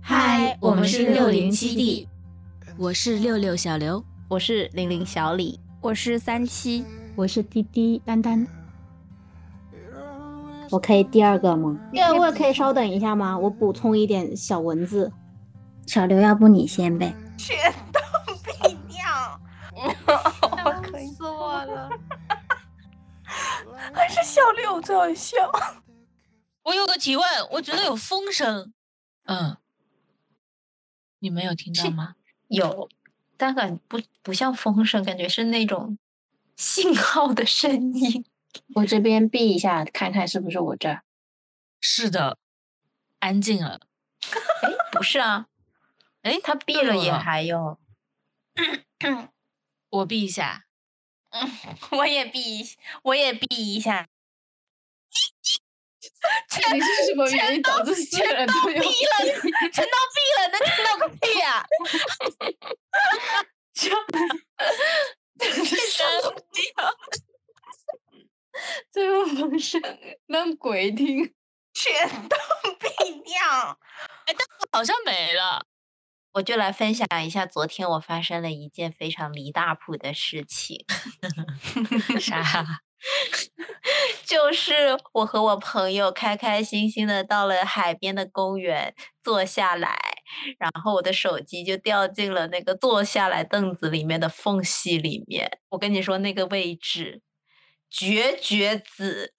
嗨，我们是六零七 D，我是六六小刘，我是零零小李，我是三七，我是滴滴丹丹。我可以第二个吗？第二位可以稍等一下吗？我补充一点小文字。小刘，要不你先呗？全都毙掉，坑死我了！还是小六最好笑。我有个提问，我觉得有风声，嗯，你没有听到吗？有，但感不不像风声，感觉是那种信号的声音。我这边避一下，看看是不是我这儿。是的，安静 了。哎，不是啊，哎，他闭了也还有。我避一下。嗯， 我也 避，我也避一下。 你是什么原因导致四个人都有？ 闭了，全都闭了，能听到个啊屁呀！真的，这个风声让鬼听，全都闭掉。哎，但好像没了。我就来分享一下，昨天我发生了一件非常离大谱的事情。啥？ 就是我和我朋友开开心心的到了海边的公园坐下来，然后我的手机就掉进了那个坐下来凳子里面的缝隙里面。我跟你说那个位置，绝绝子，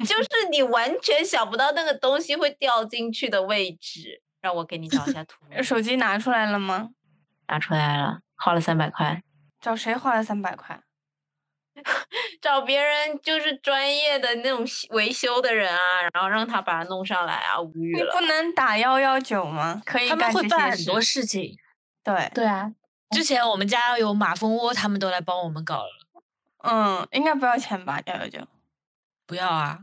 就是你完全想不到那个东西会掉进去的位置。让我给你找一下图。手机拿出来了吗？拿出来了，花了三百块。找谁花了三百块？找别人就是专业的那种维修的人啊，然后让他把它弄上来啊，无语了。不能打幺幺九吗？可以他干们会这办些很多事情。对，对啊，之前我们家有马蜂窝，他们都来帮我们搞了。嗯，应该不要钱吧？幺幺九。不要啊！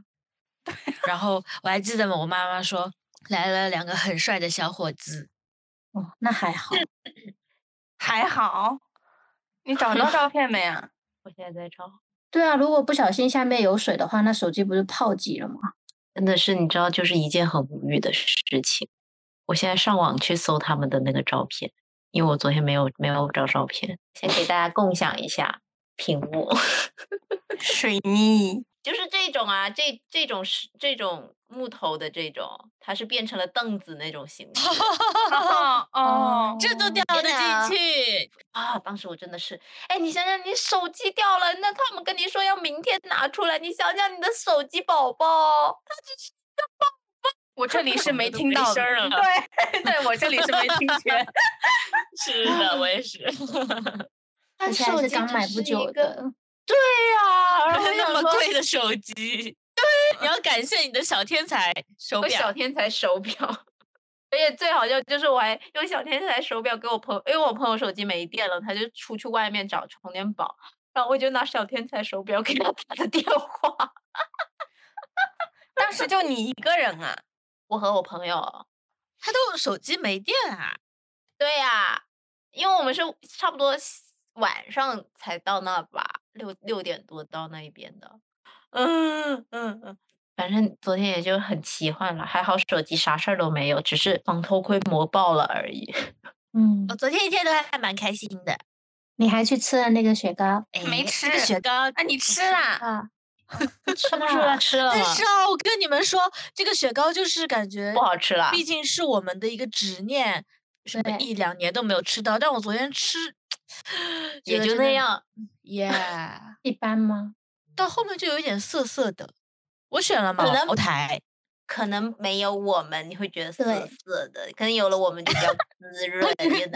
然后我还记得我妈妈说来了两个很帅的小伙子，哦，那还好。还好，你找到照片没啊？我现在在找。对啊，如果不小心下面有水的话，那手机不是泡机了吗？真的是，你知道，就是一件很无语的事情。我现在上网去搜他们的那个照片，因为我昨天没有没有找照片，先给大家共享一下屏幕。水泥 就是这种啊，这这种是这种木头的这种，它是变成了凳子那种形式哦哦，这都掉得进去，啊！当时我真的是，哎，你想想，你手机掉了，那他们跟你说要明天拿出来，你想想你的手机宝宝，它只是我这 里是没都听没到声儿的了对对，我这里是没听见。是的，我也是。而它且还手是机刚只买不是久一个的，对呀、然后我啊那想么说贵的手机，对，你要感谢你的小天才手我表小。天才手表，而且最好笑就是我还用小天才手表给我朋友，因为我朋友手机没电了，他就出去外面找充电宝，然后我就拿小天才手表给他打的电话。当时就你一个人啊？ 我和我朋友，他都手机没电啊，对呀、因为我们是差不多晚上才到那吧，六六点多到那一边的。嗯嗯嗯，反正昨天也就很奇幻了，还好手机啥事儿都没有，只是防偷窥膜爆了而已。嗯我，昨天一天都还蛮开心的。你还去吃了那个雪糕哎没吃这个雪糕，啊，你吃啦？啊？吃 不出来吃了但吗？是啊，我跟你们说，这个雪糕就是感觉不好吃啦。毕竟是我们的一个执念，什么对一两年都没有吃到。但我昨天吃， 觉也得就真那的，样。耶、一般吗？到后面就有一点涩涩的。我选了茅能台，可能没有我们，你会觉得涩对涩的；可能有了我们就比较滋润 一点。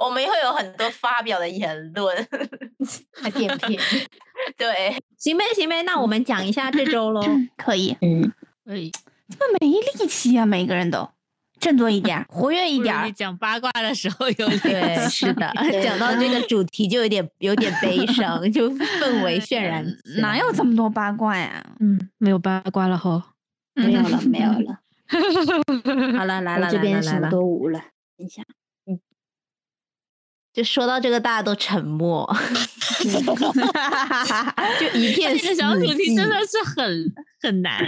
我们会有很多发表的言论。 还点评？对，行呗行呗，那我们讲一下这周喽。可以，嗯，哎，这么没力气啊，每个人都振作一 点儿，活跃一不点如儿你。讲八卦的时候 有点对，是的，讲到这个主题就有点有点悲伤，就氛围渲染嗯起哪来有这么多八卦呀？嗯，没有八卦了哈。没有了，没有了。好了，嗯 来我了这来了边什来么了，都无了。等一下，就说到这个，大家都沉 默，就一片这个死小主题寂哦真的是很很难，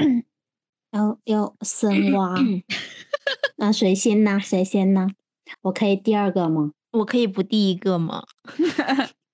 要要深挖。那谁先呢？谁先呢？我可以第二个吗？我可以不第一个吗？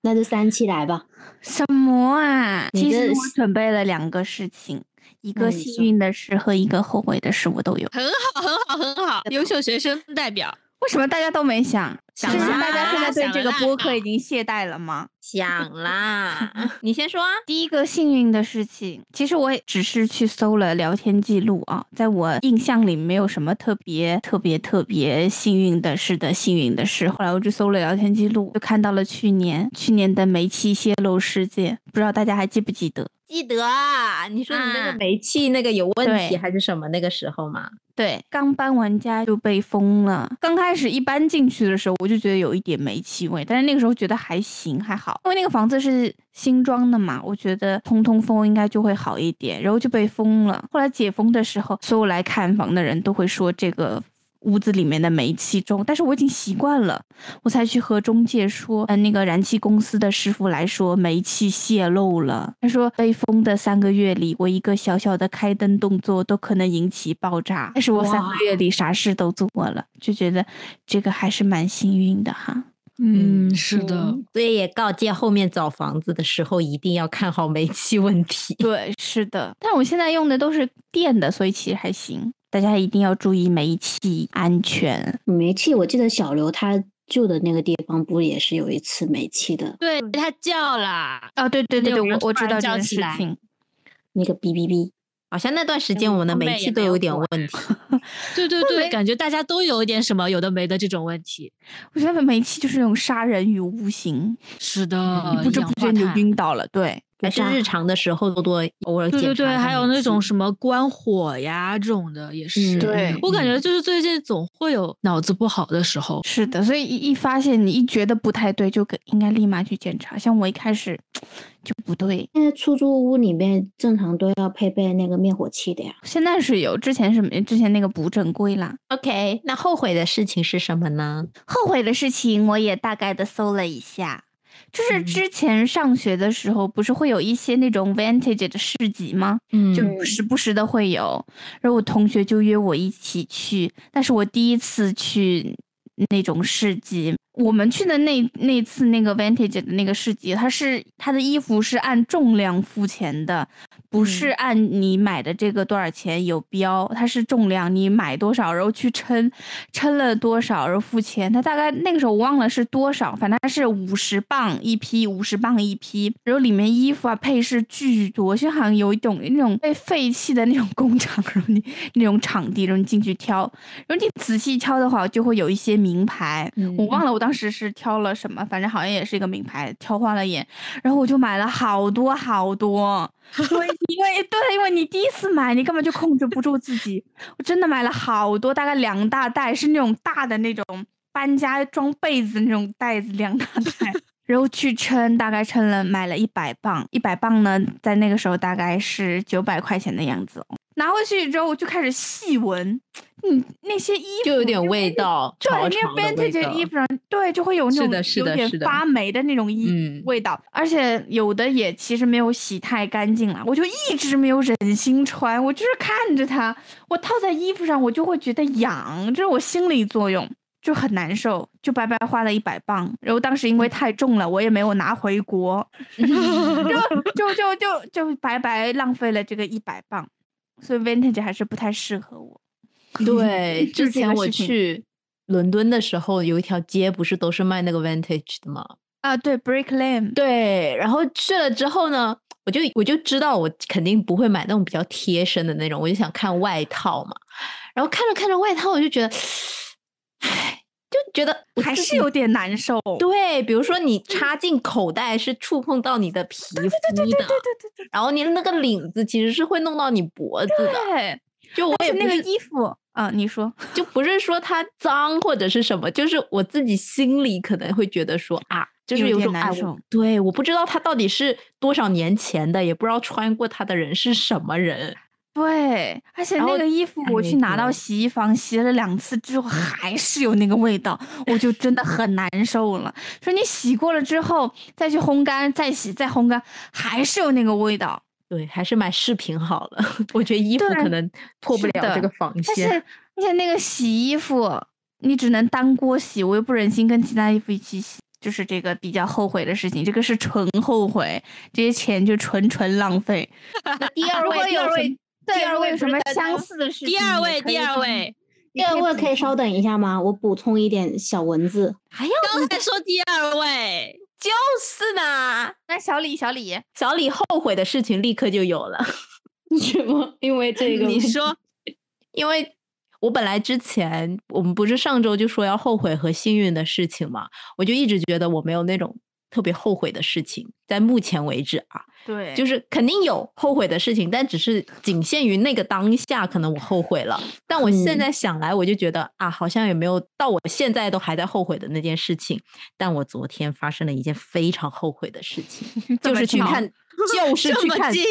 那就三七来吧。什么啊？你其这实我是准备了两个事情，一那个你幸说运的事和一个后悔的事，我都有。很好，很好，很好，优秀学生代表。为什么大家都没想？想是不是啦大家现在对想这个啦播客已经懈怠了吗？想 啦，你先说啊。第一个幸运的事情，其实我也只是去搜了聊天记录啊，在我印象里没有什么特别特别特别幸运的事的幸运的事。后来我就搜了聊天记录，就看到了去年去年的煤气泄漏事件，不知道大家还记不记得？记得啊，你说你那啊个煤气那个有问题对还是什么那个时候吗？对，刚搬完家就被封了。刚开始一搬进去的时候，我就觉得有一点煤气味，但是那个时候觉得还行，还好，因为那个房子是新装的嘛，我觉得通通风应该就会好一点。然后就被封了。后来解封的时候，所有来看房的人都会说这个。屋子里面的煤气重，但是我已经习惯了，我才去和中介说，嗯，那个燃气公司的师傅来说煤气泄漏了。他说被封的三个月里，我一个小小的开灯动作都可能引起爆炸，但是我三个月里啥事都做了，就觉得这个还是蛮幸运的哈。嗯，是的，所以也告诫后面找房子的时候一定要看好煤气问题。对，是的，但我现在用的都是电的，所以其实还行。大家一定要注意煤气安全。煤气，我记得小刘他住的那个地方不也是有一次煤气的对他叫啦，哦，对对对有对，人我我突知然道这叫件起事来情。那个哔哔哔？好像那段时间我们的我妹煤气也都没有有点过问题。对对对，感觉大家都有一点什么有的没的这种问题。我觉得煤气就是那种杀人于无形，是的，不知不嗯氧觉化你就碳晕倒了。对，还是 日常的时候多多偶尔对检对查一对，下还有煤那种气什么关火呀这种的也是。对我感觉就是最近总会有脑子不好的时候。是的，所以一一发现你一觉得不太对，就可应该立马去检查。像我一开始就不对，现在出租屋里面正常都要配备那个灭火器的呀。现在是有，之前是没，之前那个不正规啦。 OK，那后悔的事情是什么呢？后悔的事情我也大概的搜了一下，就是嗯之前上学的时候，不是会有一些那种 vintage 的市集吗？嗯就时不时的会有，然后我同学就约我一起去，但是我第一次去那种市集，我们去的那那次那个 Vantage 的那个市集，它是它的衣服是按重量付钱的，不是按你买的这个多少钱有标，它是重量，你买多少，然后去称，称了多少，然后付钱。它大概那个时候我忘了是多少，反正它是五十磅一批，五十磅一批。然后里面衣服啊配饰巨多，就好像有一种那种被废弃的那种工厂，然后你那种场地，然后你进去挑，然后你仔细挑的话，就会有一些名牌。嗯我嗯忘了我当时是挑了什么，反正好像也是一个名牌，挑花了眼，然后我就买了好多好多。因为因为对，因为你第一次买，你根本就控制不住自己。我真的买了好多，大概两大袋，是那种大的那种搬家装被子那种袋子，两大袋。 然后去称，大概称了买了一百磅，一百磅呢，在那个时候大概是九百块钱的样子哦。拿回去之后，我就开始细闻，嗯，那些衣服就有点因为味那道，对，潮因为潮的味 vintage 的道。衣服上，对，就会有那是种的是的有是点的发霉的那种衣、嗯味道，而且有的也其实没有洗太干净了，我就一直没有忍心穿，我就是看着它，我套在衣服上，我就会觉得痒，这是我心理作用。就很难受，就白白花了一百磅。然后当时因为太重了，我也没有拿回国，就 就就就就白白浪费了这个一百磅，所以 vintage 还是不太适合我。 对， 之就是这前个我事情去伦敦的时候，有一条街不是都是卖那个 vintage 的吗？啊，对，break lane，对，然后去了之后呢，我就我就知道我肯定不会买那种比较贴身的那种，我就想看外套嘛。然后看着看着外套，我就觉得，唉，就觉得我还自是己有点难受。对，比如说你插进口袋是触碰到你的皮肤的，嗯对对然后你那个领子其实是会弄到你脖子的。对，就我而也且那不个是衣服啊，你说就不是说它脏或者是什么，就是我自己心里可能会觉得说啊，就是有有点种难哎我受对，我不知道它到底是多少年前的，也不知道穿过它的人是什么人。对，而且然那后个衣服哎我去拿到对洗衣房洗了两次之后，还是有那个味道，我就真的很难受了。说你洗过了之后再去烘干，再洗再烘干，还是有那个味道。对，还是买饰品好了。 我觉得衣服对可能破不是了这的个防但是线。而且那个洗衣服，你只能单锅洗，我又不忍心跟其他衣服一起洗，就是这个比较后悔的事情。这个是纯后悔，这些钱就纯纯浪费。 第二如位，果第有二什位，对，第二如果位有不什是么单相单似的事情，第二位，第二位。位，第二位可以稍等一下吗？我补充一点小文字。还要刚才说第二位，就是呢，那小李，小李，小李后悔的事情立刻就有了。什么？因为这个你问题说因为我本来之前我们不是上周就说要后悔和幸运的事情嘛，我就一直觉得我没有那种特别后悔的事情，在目前为止啊，对，就是肯定有后悔的事情，但只是仅限于那个当下，可能我后悔了。但我现嗯在想来，我就觉得、啊，好像也没有到我现在都还在后悔的那件事情。但我昨天发生了一件非常后悔的事情，这就么是去巧看， 就是这去么看，近，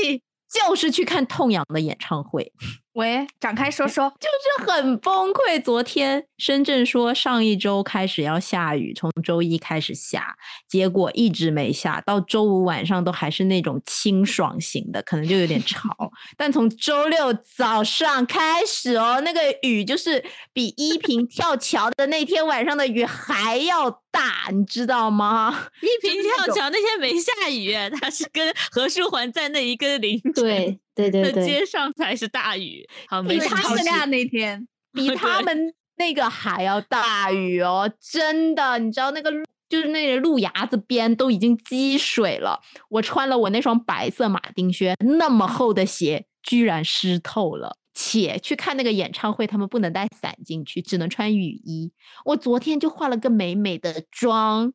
就是去看痛痒的演唱会。喂，展开说说，就是很崩溃。昨天深圳说上一周开始要下雨，从周一开始下，结果一直没下，到周五晚上都还是那种清爽型的，可能就有点 潮。但从周六早上开始哦，那个雨就是比依萍跳桥的那天晚上的雨还要大，你知道吗？一平就是那跳种桥那天没下雨，他是跟何书桓在那一个凌晨对对对的对，街上才是大雨。好，没比事，他超们时俩那 天，比他对们那个还要大雨哦，真的，你知道那个路就是那个路牙子边都已经积水了。我穿了我那双白色马丁靴，那么厚的鞋居然湿透了。且去看那个演唱会，他们不能带伞进去，只能穿雨衣。我昨天就化了个美美的妆，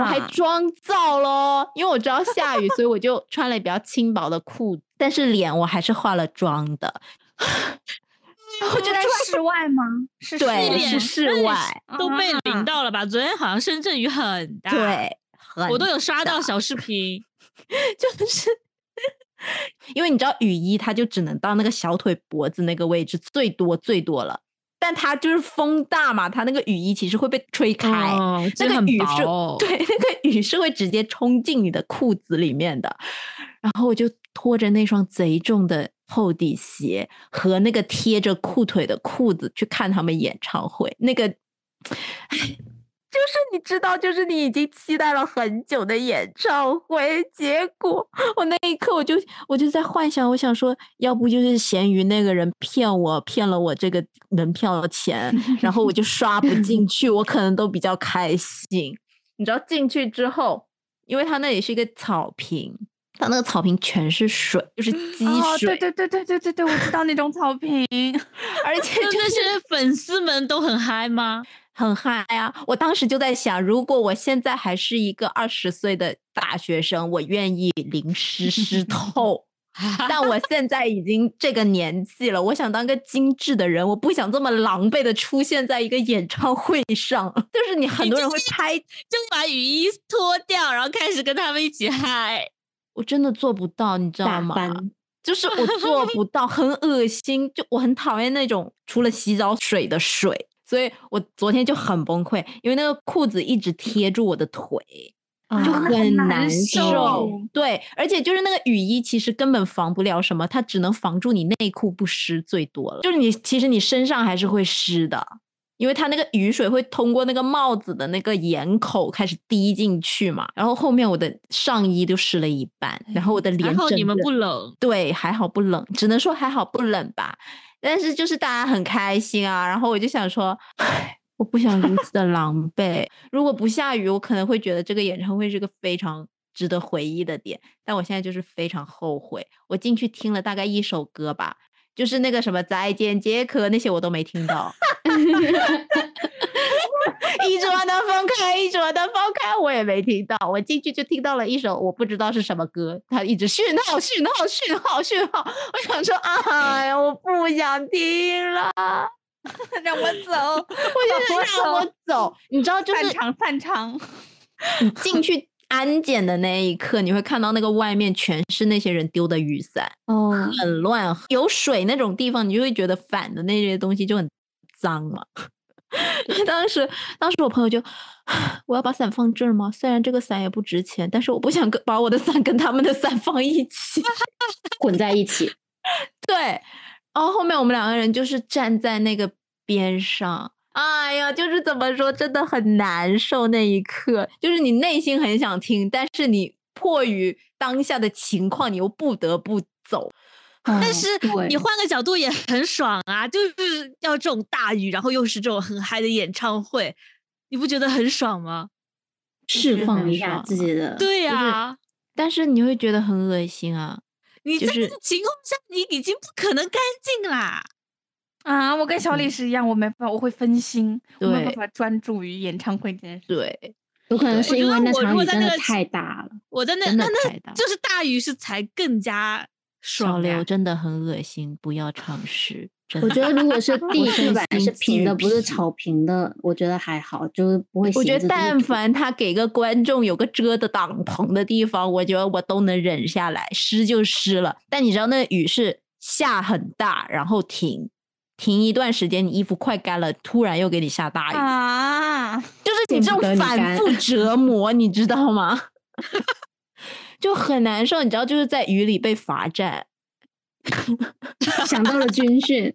我还妆造喽，因为我知道下雨，所以我就穿了比较轻薄的裤子，但是脸我还是化了妆的。我就在室外吗？是室对，外脸是吗室那你外，都被淋到了吧？昨天好像深圳雨很大，，啊对，很我都有刷到大小视频。就是。因为你知道雨衣，它就只能到那个小腿脖子那个位置，最多最多了。但它就是风大嘛，它那个雨衣其实会被吹开，哦那真个很雨是薄，哦对，那个雨是会直接冲进你的裤子里面的。然后我就拖着那双贼重的厚底鞋和那个贴着裤腿的裤子去看他们演唱会，那个。就是你知道，就是你已经期待了很久的演唱会，结果我那一刻我就我就在幻想，我想说，要不就是咸鱼那个人骗我，骗了我这个门票的钱，然后我就刷不进去，我可能都比较开心。你知道进去之后，因为它那里是一个草坪，它那个草坪全是水，就是积哦，水，对对对对对对对，我知道那种草坪，而且真就的是是粉丝们都很嗨吗？很嗨啊！我当时就在想，如果我现在还是一个二十岁的大学生，我愿意淋湿 湿透。但我现在已经这个年纪了，我想当个精致的人，我不想这么狼狈的出现在一个演唱会上。 就是你很你多这人会是拍就把雨衣脱掉，然后开始跟他们一起嗨。我真的做不到，你知道打吗？翻。就是我做不到，很恶心，就我很讨厌那种除了洗澡水的水，所以我昨天就很崩溃，因为那个裤子一直贴住我的腿，就啊很难难受受。对，而且就是那个雨衣其实根本防不了什么，它只能防住你内裤不湿最多了，就是你其实你身上还是会湿的。因为它那个雨水会通过那个帽子的那个眼口开始滴进去嘛，然后后面我的上衣就湿了一半，然后我的脸然后整哎你们个不冷，对，还好不冷，只能说还好不冷吧。但是就是大家很开心啊，然后我就想说，唉我不 想如此的狼狈。如果不下雨，我可能会觉得这个演唱会是个非常值得回忆的点。但我现在就是非常后悔，我进去听了大概一首歌吧，就是那个什么《再见杰克》那些我都没听到。 一桌的风开，一桌的风开，我也没听到。我进去就听到了一首我不知道是什么歌，他一直讯号、讯号、讯号、讯号。我想说，哎呀，我不想听了，让我走， 我就想让我走。你知道，就散是场散场，你进去安检的那一刻，你会看到那个外面全是那些人丢的雨伞，哦， 很乱，有水那种地方，你就会觉得反的那些东西就很脏嘛。当时，当时我朋友就，我要把伞放这儿吗？虽然这个伞也不值钱，但是我不想跟把我的伞跟他们的伞放一起，混在一起。对，然后后面我们两个人就是站在那个边上，哎呀，就是怎么说，真的很难受。那一刻，就是你内心很想听，但是你迫于当下的情况，你又不得不走。哦但是你换个角度也很爽啊，就是要这种大雨，然后又是这种很嗨的演唱会，你不觉得很爽吗？释放一下自己的，对呀、但是你会觉得很恶心啊。你就在这是个情况下，你已经不可能干净啦。啊，我跟小李是一样，我没办法，我会分心，我没对办法专注于演唱会这件事。对，有可能是因为那场雨真的太大了。我在那真的那太大那就是大雨是才更加小爽呀刘真的很恶心，不要尝试。真我的觉得如果是地深板信是巨平的，不是屁草坪的，我觉得还好，就是不会。我觉得但凡他给个观众有个遮的挡棚的地方，我觉得我都能忍下来。湿就湿了，但你知道那雨是下很大，然后停，停一段时间，你衣服快干了，突然又给你下大雨，啊，就是你这种反复折磨，你知道吗？ 就很难受，你知道，就是在雨里被罚站。想到了军训，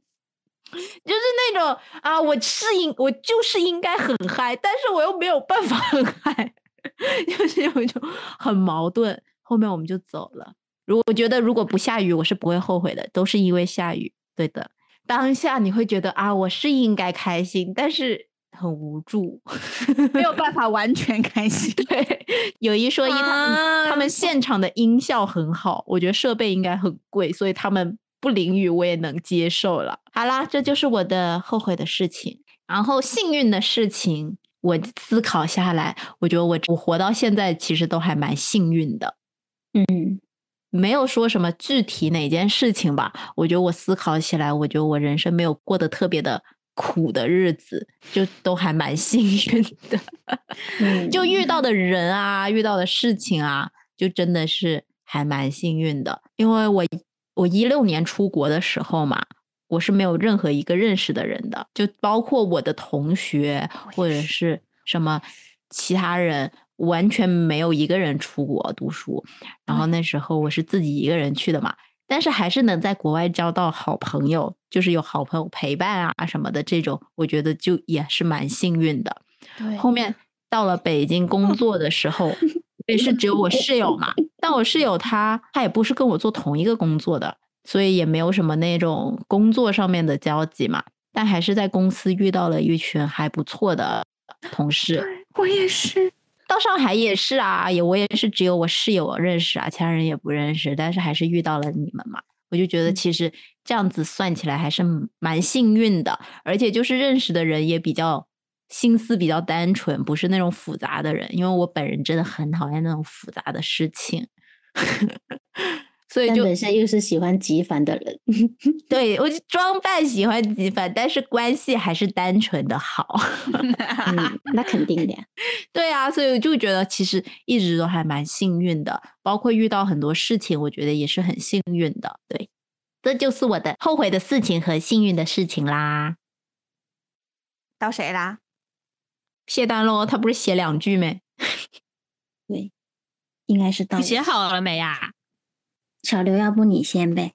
就是那种啊，我是应我就是应该很嗨，但是我又没有办法很嗨， 就是有一种很矛盾。后面我们就走了。如果我觉得如果不下雨，我是不会后悔的，都是因为下雨。对的，当下你会觉得啊，我是应该开心，但是很无助， 没有办法完全开 心。对，有一说一，他们他们现场的音效很好，我觉得设备应该很贵，所以他们不淋雨我也能接受了。好啦，这就是我的后悔的事情。然后幸运的事情，我思考下来，我觉得我我活到现在其实都还蛮幸运的。 嗯，没有说什么具体哪件事情吧。我觉得我思考起来，我觉得我人生没有过得特别的苦的日子，就都还蛮幸运的。嗯就遇到的人啊，遇到的事情啊，就真的是还蛮幸运的。因为我我一六年出国的时候嘛，我是没有任何一个认识的人的，就包括我的同学或者是什么其他人，完全没有一个人出国读书。然后那时候我是自己一个人去的嘛，但是还是能在国外交到好朋友，就是有好朋友陪伴啊什么的这种，我觉得就也是蛮幸运的。对后面到了北京工作的时候，也是只有我室友嘛，但我室友他他也不是跟我做同一个工作的，所以也没有什么那种工作上面的交集嘛。但还是在公司遇到了一群还不错的同事。我也是，到上海也是啊，也我也是只有我室友认识啊，其他人也不认识，但是还是遇到了你们嘛。我就觉得其实这样子算起来还是蛮幸运的，而且就是认识的人也比较心思比较单纯，不是那种复杂的人。因为我本人真的很讨厌那种复杂的事情，所以但就本身又是喜欢极繁的 人，对我就装扮喜欢极繁，但是关系还是单纯的好。嗯，那肯定的呀。对啊，所以我就觉得其实一直都还蛮幸运的，包括遇到很多事情，我觉得也是很幸运的。对，这就是我的后悔的事情和幸运的事情啦。到谁啦？谢丹喽，他不是写两句没？对，应该是到你写好了没呀、小刘，要不你先呗？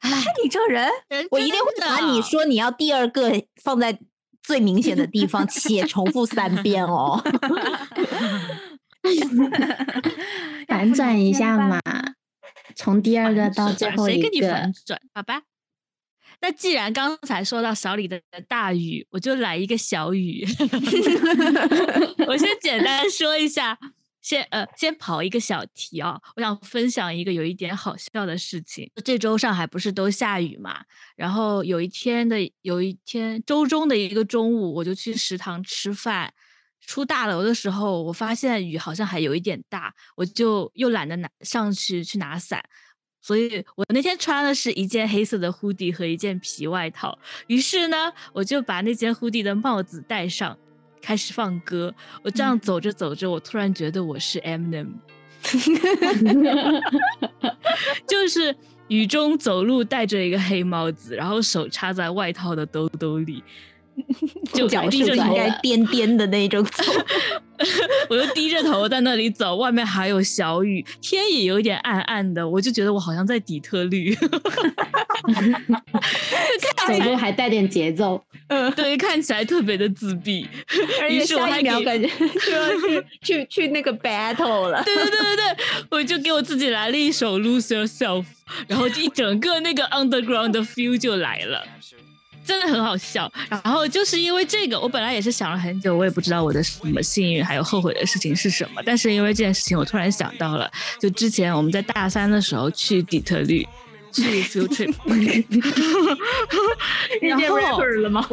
哎你这人，我一定会把你说你要第二个放在最明显的地方，且重复三遍哦。反转一下嘛，从第二个到最反后谁一跟你个反，转？好吧。那既然刚才说到小李的大雨，我就来一个 小雨。我先简单说一下，先呃，先跑一个小题啊、我想分享一个有一点好笑的事情。这周上海不是都下雨嘛？然后有一天的有一天周中的一个中午，我就去食堂吃饭。出大楼的时候，我发现雨好像还有一点大，我就又懒得拿上去去拿伞，所以我那天穿的是一件黑色的 hoodie 和一件皮外套。于是呢，我就把那件 hoodie 的帽子戴上，开始放歌。我这样嗯走着走着，我突然觉得我是 Eminem，就是 雨中走路戴着一个黑帽子，然后手插在外套的兜兜里。就脚低是着不是头应该了颠颠的那种走？ 我就低着头在那里走，外面还有小雨，天也有一点暗暗的，我就觉得我好像在底特律，走路还带点节 奏，对，看起来特别的自闭。嗯 而于且是我下还一秒给感觉 就要去去去那个 battle 了。 对对对对对，我就给我自己来了一首 Lose Yourself，然后一整个那个 underground 的 feel 就来了。真的很好笑，然后就是因为这个，我本来也是想了很久，我也不知道我的什么幸运还有后悔的事情是什么，但是因为这件事情，我突然想到了，就之前我们在大三的时候去底特律，去 field trip，然后了吗？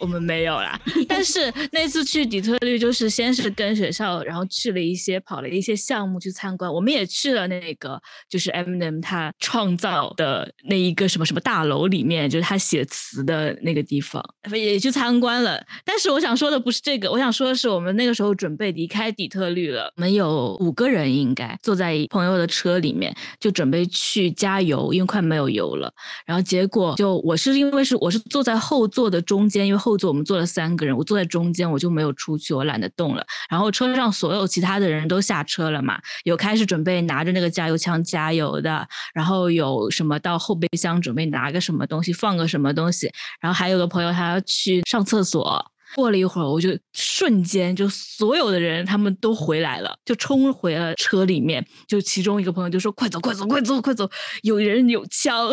我们没有啦，但是那次去底特律，就是先是跟学校，然后去了一些跑了一些项目去参观，我们也去了那个就是 Eminem 他创造的那一个什么什么大楼里面，就是他写词的那个地方，也去参观了。但是我想说的不是这个，我想说的是我们那个时候准备离开底特律了，我们有五个人应该坐在朋友的车里面，就准备去加油，因为快没有油了。然后结果就我是因为是我是坐在后座的中间，因为后座我们坐了三个人，我坐在中间我就没有出去，我懒得动了。然后车上所有其他的人都下车了嘛，有开始准备拿着那个加油枪加油的，然后有什么到后备箱准备拿个什么东西，放个什么东西，然后还有个朋友他要去上厕所。过了一会儿，我就瞬间就所有的人他们都回来了，就冲回了车里面。就其中一个朋友就说：“快走，快走，快走，快走！有人有枪。”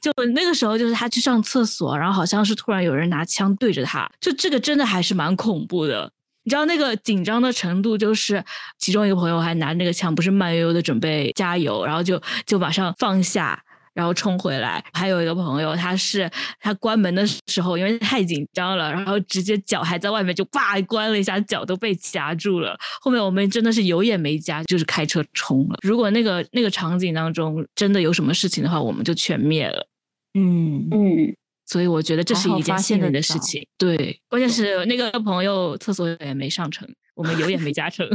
就那个时候，就是他去上厕所，然后好像是突然有人拿枪对着他，就这个真的还是蛮恐怖的。你知道那个紧张的程度，就是其中一个朋友还拿着那个枪，不是慢悠悠的准备加油，然后就就马上放下，然后冲回来。还有一个朋友，他是他关门的时候，因为太紧张了，然后直接脚还在外面就叭关了一下，脚都被夹住了。后面我们真的是油也没加，就是开车冲了。如果那个那个场景当中真的有什么事情的话，我们就全灭了。嗯，嗯，所以我觉得这还是好一件发幸现得运的事早情。对，关键是那个朋友厕所也没上成，我们油也没加成。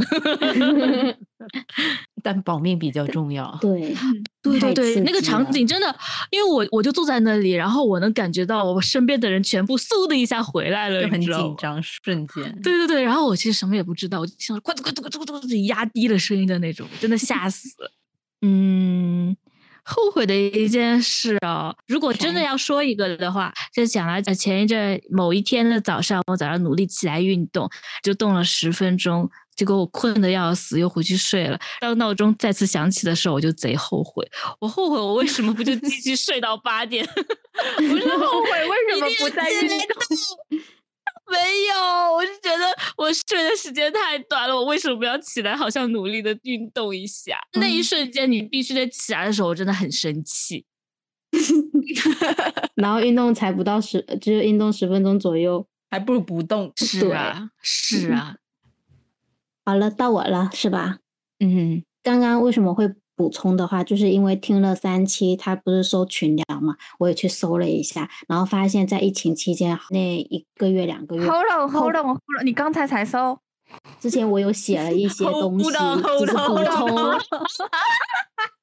但保命比较重要。 对，对对太对，刺那个激场了景真的，因为我我就坐在那里，然后我能感觉到我身边的人全部嗖的一下回来了，就你很知道紧吗。张，瞬间。对对对，然后我其实什么也不知道，我就想快走快走快走快走，就压低了声音的那种，真的吓死。嗯，后悔的一件事哦，如果真的要说一个的话，就讲啊，前一阵某一天的早上，我早上努力起来运动，就动了十分钟，结果我困得要死，又回去睡了。当闹钟再次响起的时候，我就贼后悔，我后悔我为什么不就继续睡到八点？ 不是后悔为什么不在运动？ 没有，我是觉得我睡的时间太短了，我为什么要起来，好像努力的运动一下？那一瞬间你必须得起来的时候，我真的很生气。然后运动才不到十，只有运动十分钟左右。还不如不动。是对啊，是啊，好了，到我了，是吧？嗯，刚刚为什么会补充的话，就是因为听了三期，他不是搜群聊嘛，我也去搜了一下，然后发现在疫情期间那一个月、两个月 Hold on，Hold on，Hold on，你刚才 才搜，之前，我有写了一些东西，只是补充，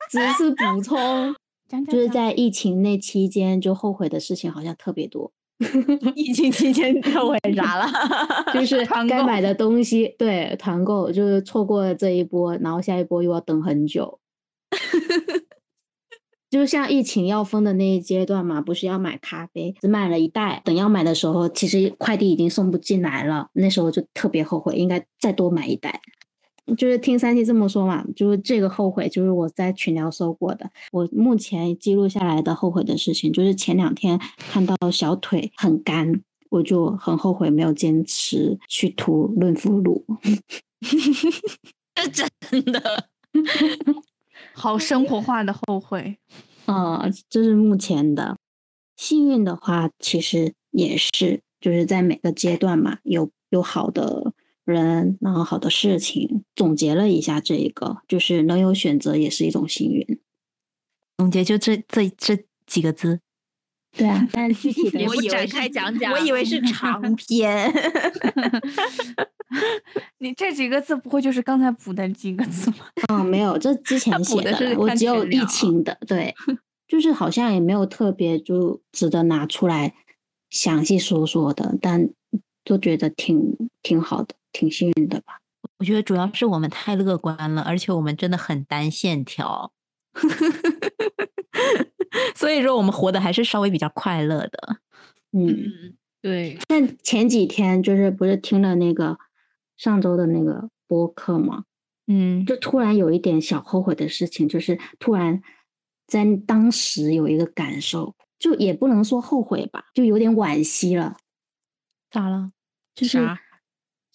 只是补充，讲讲就是讲在疫情那期间就后悔的事情好像特别多。疫情期间后悔啥了？就是团该购买的东西，对团购就是错过了这一波，然后下一波又要等很久。就像疫情要封的那一阶段嘛，不是要买咖啡，只买了一袋，等要买的时候，其实快递已经送不进来了，那时候就特别后悔，应该再多买一袋。就是听三七这么说嘛，就是这个后悔，就是我在群聊搜过的，我目前记录下来的后悔的事情，就是前两天看到小腿很干，我就很后悔没有坚持去涂润肤乳。真的。好生活化的后悔。呃，这是目前的。幸运的话，其实也是就是在每个阶段嘛，有有好的人，然后好的事情。总结了一下，这一个就是能有选择也是一种幸运。总结就这这这几个字。对啊，但具体的也 我不以展为开是讲讲我以为是长篇。 你这几个字不会就是刚才补的几个字吗？嗯，没有，这之前补写的的是啦，我看啊只有群聊 疫情的，对，就是好像也没有特别就值得拿出来详细说说的，但都觉得挺挺好的，挺幸运的吧。我觉得主要是我们太乐观了，而且我们真的很单线条， 所以说我们活得还是稍微比较快乐的。嗯，对。但前几天就是不是听了那个上周的那个播客吗？嗯，就突然有一点小后悔的事情，就是突然在当时有一个感受，就也不能说后悔吧，就有点惋惜了。咋了？就是啥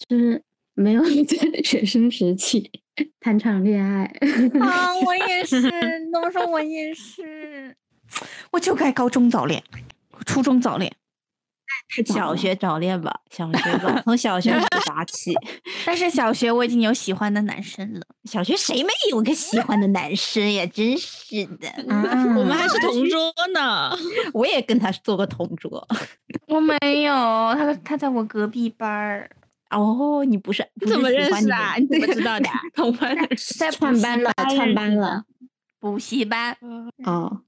就是没有在 学生时期 谈场恋爱。 啊，我也是，你这么说我也是， 我就该高中早恋，初中早恋。小学早恋吧，小学 吧，从小学开始打起。但是小学我已经有喜欢的男生了，小学谁没有个喜欢的男生呀？真是的，嗯我们还是同桌呢。我也跟他做过同桌。我没有，他他在我隔壁班儿，哦，你不是你怎么认识啊？你怎么知道的啊？同班的在补串习班了，串认班识了。补习班。哦，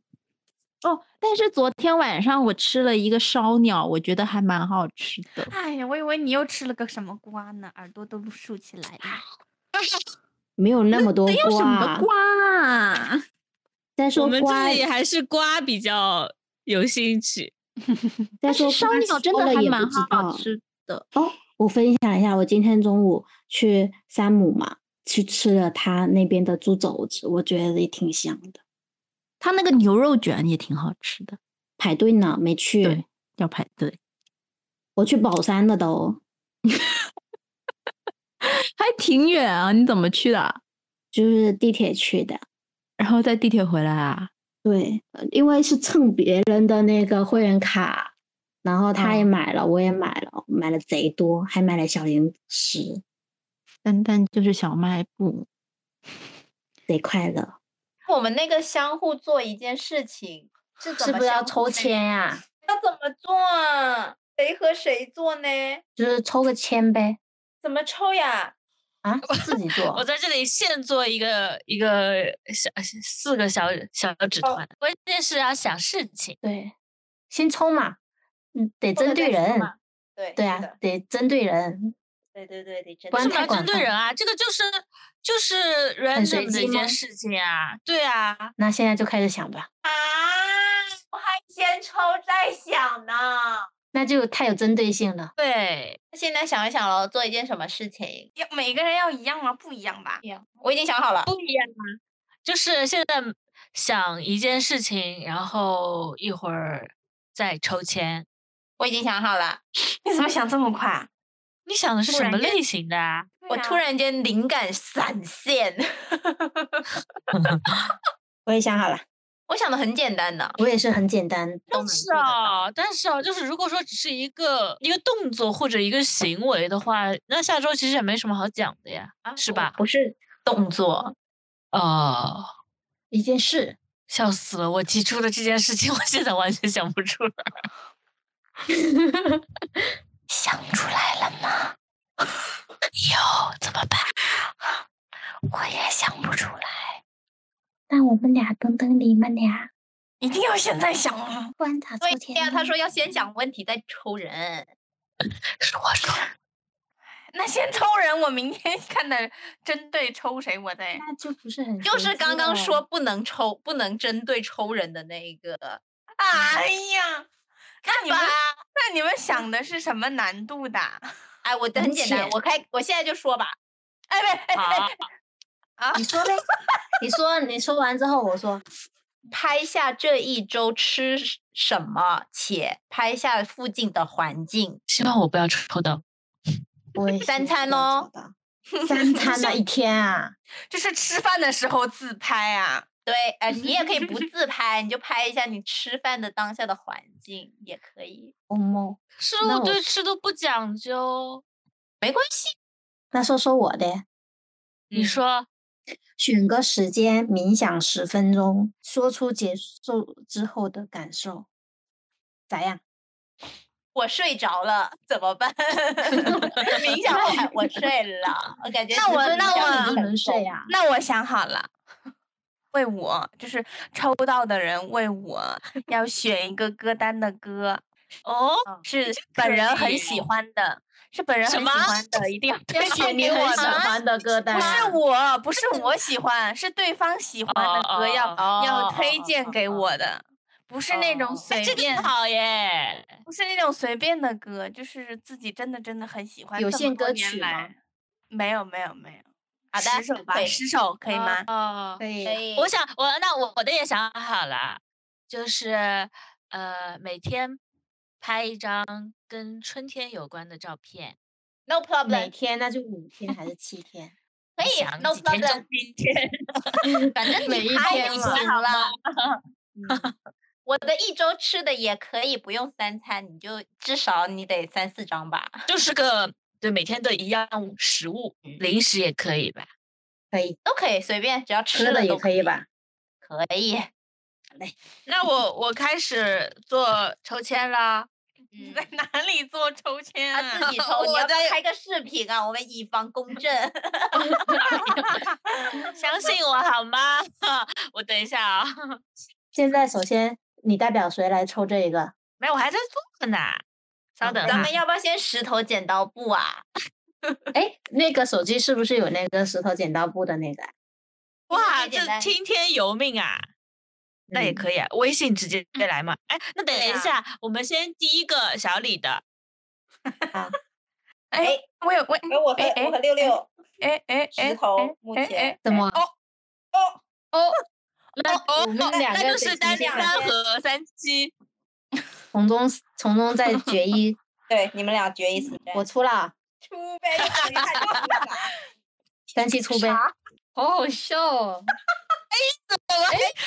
哦，但是昨天晚上我吃了一个烧鸟，我觉得还蛮好吃的。哎呀，我以为你又吃了个什么瓜呢，耳朵都竖起来了。没有那么多有什么瓜。瓜啊？再我说们瓜这，里还是瓜比较有兴趣。再但说是烧瓜鸟真说的了还也蛮不知好道吃的。哦，我分享一下，我今天中午去山姆嘛，去吃了他那边的猪肘子，我觉得也挺香的。它那个牛肉卷也挺好吃的，排队呢，没对去，，要排队，我去宝山了都、还挺远啊！你怎么去的啊？就是地铁去的。然后在地铁回来啊？对，呃因为是蹭别人的那个会员卡，然后他也嗯买了，我也买了，买了贼多，还买了小零食，单单就是小卖部，贼快乐。我们那个相互做一件事情是怎是么不是要相互抽谁签呀、要怎么做啊？谁和谁做呢？就是抽个签呗。怎么抽呀？啊，自己我做。在这里现做一个一个小呃四个小小纸团，关键是要想事情。对，先抽嘛，嗯，得后针面对再说人。嘛对对是啊的，得针对人。对对对，得真不为然什的么太要针广对泛人啊？这个就是就是随 random 的机一吗件事情啊，对啊，那现在就开始想吧，啊！我还先抽再想呢。那就太有针对性了。对，现在想一想喽，做一件什么事情？要每个人要一样吗？不一样吧？我已经想好了，不一样啊，就是现在想一件事情，然后一会儿再抽签。我已经想好了。你怎么想这么快啊？你想的是突什然么间类型的啊？我突然间灵感闪现， 我也想好了，我想的很简单的，我也是很简单，但是得啊，但是啊，就是如果说只是一个一个动作或者一个行为的话，那下周其实也没什么好讲的呀，啊是我吧？不是动作，哦，一件事。笑死了！我提出的这件事情， 我现在完全想不出来。想出来了吗？有怎么办？我也想不出来。那我们俩等等你们俩，一定要现在想啊！不然咋抽对签呀、呢？他说要先想问题再抽人。说说，那先抽人，我明天看的针对抽谁，我再那就不是很就随是机刚刚了说不能抽，不能针对抽人的那一个。哎呀，那你吧们，那你们想的是什么难度的？啊哎，我的很很简单，浅我开，我现在就说吧。哎喂，哎哎好，啊！你说呗，你说你说完之后我说，拍下这一周吃什什么，且拍下附近的环境。希望我不要抽到。我也三是餐不要哦找到，三餐的一天 啊， 就是吃饭的时候自拍啊。对，哎、你也可以不自拍，你就拍一下你吃饭的当下的环境也可以，哦莫。是那我我对吃都不讲究。没关系。那说说我的，嗯你说，选个时间冥想十分钟，说出结束之后的感受，咋样？我睡着了怎么办？ 冥想后还我睡了，我感觉那十我分那钟我已经能很睡够啊？那我想好了，为 我就是抽到的人为我要选一个歌单的歌，哦，是本人很喜欢的，是本人很喜欢 的，一定要推荐给我喜欢的歌单。啊不是我，不是我喜欢，是对方喜欢的哦歌要要推荐给我的，不是那哦种哎哎随便。好耶，不是那种随便的歌，就是自己真的真的很喜欢。有限歌曲吗？没有，没有，没有。好的，十首吧，十首可以吗？哦，可以。我想，我那我我的也想好了，就是呃，每天拍一张跟春天有关的照片。 No problem。每天那就五天还是七天？可以，No 哎几天 problem。今天，反正每你一拍天一嘛天好了。嗯我的一周吃的也可以不用三餐，你就至少你得三四张吧。 就是个对每天的一样食物，零食也可以吧？可以，都可以随便，只要吃吃的了也都可以？吧？可以， 那我我开始做抽签啦。嗯，在哪里做抽签他啊？自己 抽，你我要不要在开个视频啊？我们以防公正。相信我好吗？ 我等一下啊、 现在首先你代表谁来抽这一个？哦没有，我还在做呢。稍等、啊，咱们要不要先石头剪刀布 啊？哎，那个手机是不是有那个石头剪刀布的那个啊？哇，简这单听天由命啊！那嗯也可以啊，微信直接来嘛。哎，那等对一啊下，我们先第一个小李的，哎，我有我我和我和六 六哎哎哎，头目哎哎怎么？那我们两哦那个就是得单提零前三和三七。从中从中再决一。 嗯对，你们俩决一死战我出了，出呗，你等一下就出了三七出呗。好好笑哦！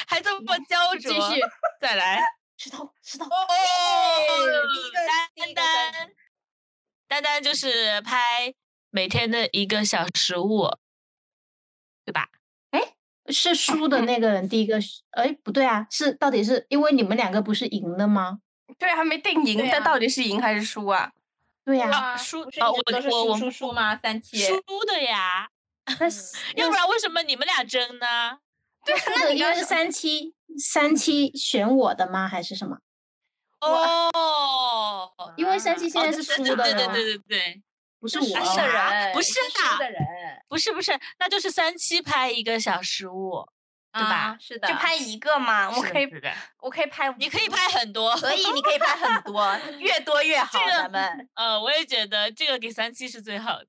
还这么焦继灼，续，再来。石头石头，第一个第一个丹丹，丹丹就是拍每天的一个小食物，对吧？是输的那个人第一个是。哎，不对啊，是到底是因为你们两个不是赢了吗？对，还没定赢，对这啊到底是赢还是输啊？哦对呀、啊，输不是啊，一直都是我我我输输输吗？三七 输的呀，那是 要不然为什么你们俩争呢？那输的应该是三七三七选我的吗？还是什么？哦，因为三七现在哦是输对的对对了对对对，不是我哦啊啊是啊人不是输的的，人，不是不是，那就是三七拍一个小食物，对啊吧？？是的， 就拍一个嘛，我是的可以，是的我可以拍五个，你可以拍很多，可以，你可以拍很多，越多 越好，这个咱们。呃，我也觉得这个给三七是最好的。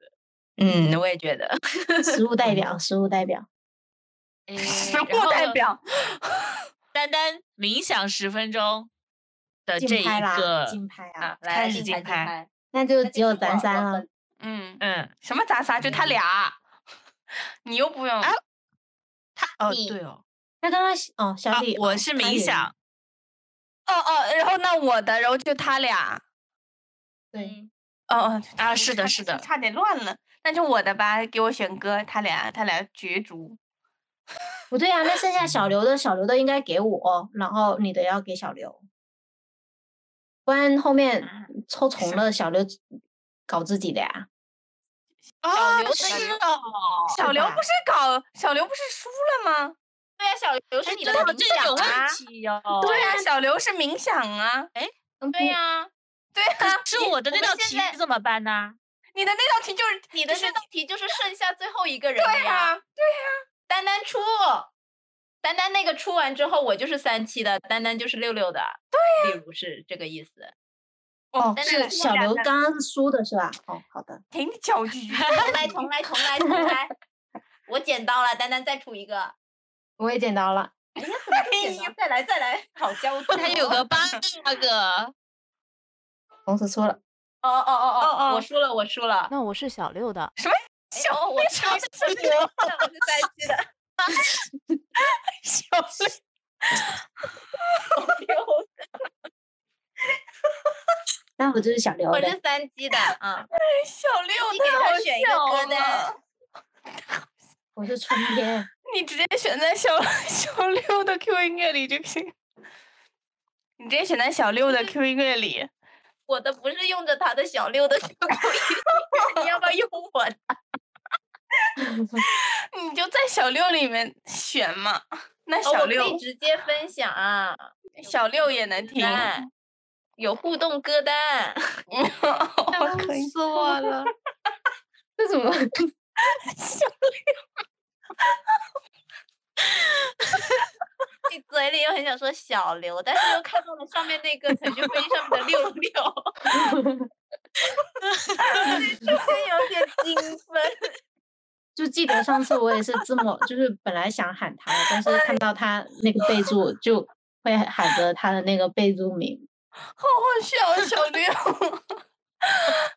嗯，我也觉 得。食物代表，食物代表。诶食然物代后表。丹丹冥想十分钟的这竞一拍啦，个，竞拍啊啊，，来开始竞竞拍拍，那就那只就有是咱啊我仨我了分。嗯，嗯，什么咱仨？就他俩，你又不用啊他哦你对哦，那刚刚哦，小啊李，我哦是他冥也想，哦哦，然后那我的，然后就他俩。对，哦哦啊嗯是的差是差的差点乱了。那就我的吧，给我选歌，他俩他俩角逐。不对啊，那剩下小刘的，小刘的应该给我，然后你的要给小刘，不然后面抽重了，小刘搞自己的呀。啊刘的是也有哦，小是刘吧不是搞小刘不是输了吗？对呀，小刘是哎你的对哦，冥这个有想啊问，题哟，对呀、小刘是冥想啊。对呀，对啊，是我的我那们道现题在怎么办呢？你的那道题就是你的就是这道题就是剩下最后一个人了对呀啊，丹丹出，丹丹那个出完之后，我就是三七的，丹丹就是六六的，对例如是这个意思。哦，但是是小刘刚刚输的是吧？哦，好的，挺搅 局。重来，重来，重 来，重来。我捡到了，丹丹再出一个，我也捡到了。捡啊到哎再来，再来，好哦焦哦灼。还有个八个，同时输了，哦哦哦哦哦，哦我输了，我输了。那我是小六的，哎小哦，我为输啥了，我是是六 我是三七的，小刘那我就是小刘我是的。三七的啊。 小六你给太他好选一个歌笑哦单了。， 我是春 天，你直接选在小 小六的 Q 音乐里就行。你直接选在小六嗯的 Q 音乐里。我的不是用着他的小六的 QQ，你要不要用我的？你就在小六里面选嘛。那哦，小我可六，以直接分享啊。小六也能听。哎有互动歌单，哦可以死 我了！这 怎么？小刘，你嘴里又很想说小刘，但是又看到了上面那个腾讯飞上面的六 六， 瞬间有点兴奋。就记得上次我也是这么，就是本来想喊他，但是看到他那个备注，就会喊着他的那个备注名。好好笑，小六！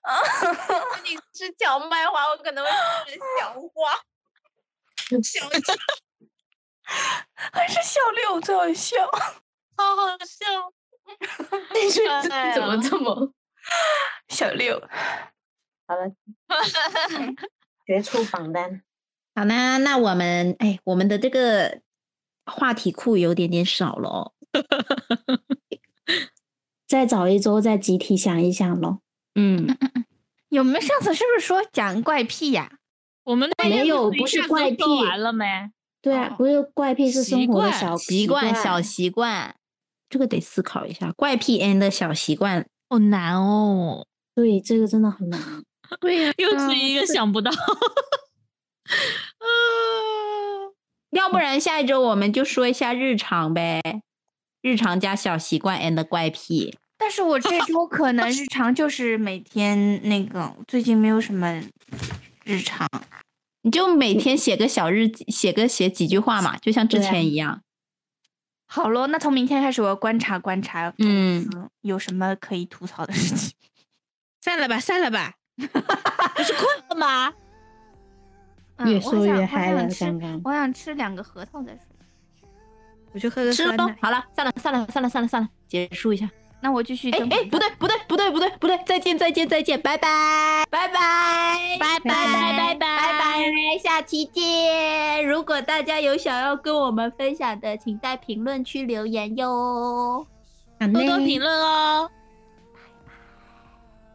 啊，你是讲麦花，我可能会是小花。小六，还是小六最好笑，好好笑。但是怎么 这么小六？好了，决出榜单。好啦，那我们哎，我们的这个话题库有点点少了哦。再找一周再集体想一想喽。嗯，有没有上次是不是说讲怪癖呀、啊？我们没有，不是怪癖完了没？对啊，不是怪癖是生活的小习惯、小习惯，这个得思考一下。怪癖 and 小习惯，好难哦。 对，这个真的很难。对呀、啊，又是一个想不到。 啊要不然下一周我们就说一下日常呗。日常加小习惯 and 怪癖，但是我这周可能日常就是每天那个，最近没有什么日常，你就每天写个小日记，写个写几句话嘛，就像之前一样。啊、好喽，那从明天开始我要观察观察，嗯，有什么可以吐 槽的事情？散了吧，散了吧，不是困了吗？嗯、越说越嗨了，刚刚我想吃两个核桃再说。我去喝个吃酸了，好了，散了，散了，散了，散了，散了，结束一下。那我继续。哎哎，不对，不对，不对，不对，不对，再见，再见，再见，拜拜，拜拜，拜拜，拜拜，拜拜，下期见。如果大家有想要跟我们分享的，请在评论区留言哟，多多评论哦。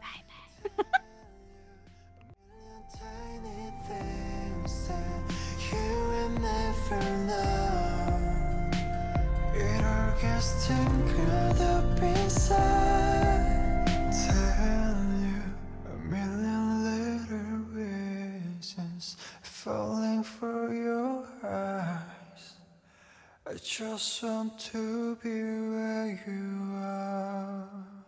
拜拜，拜拜。It all gets tangled up inside. Tell you a million little reasons falling for your eyes. I just want to be where you are.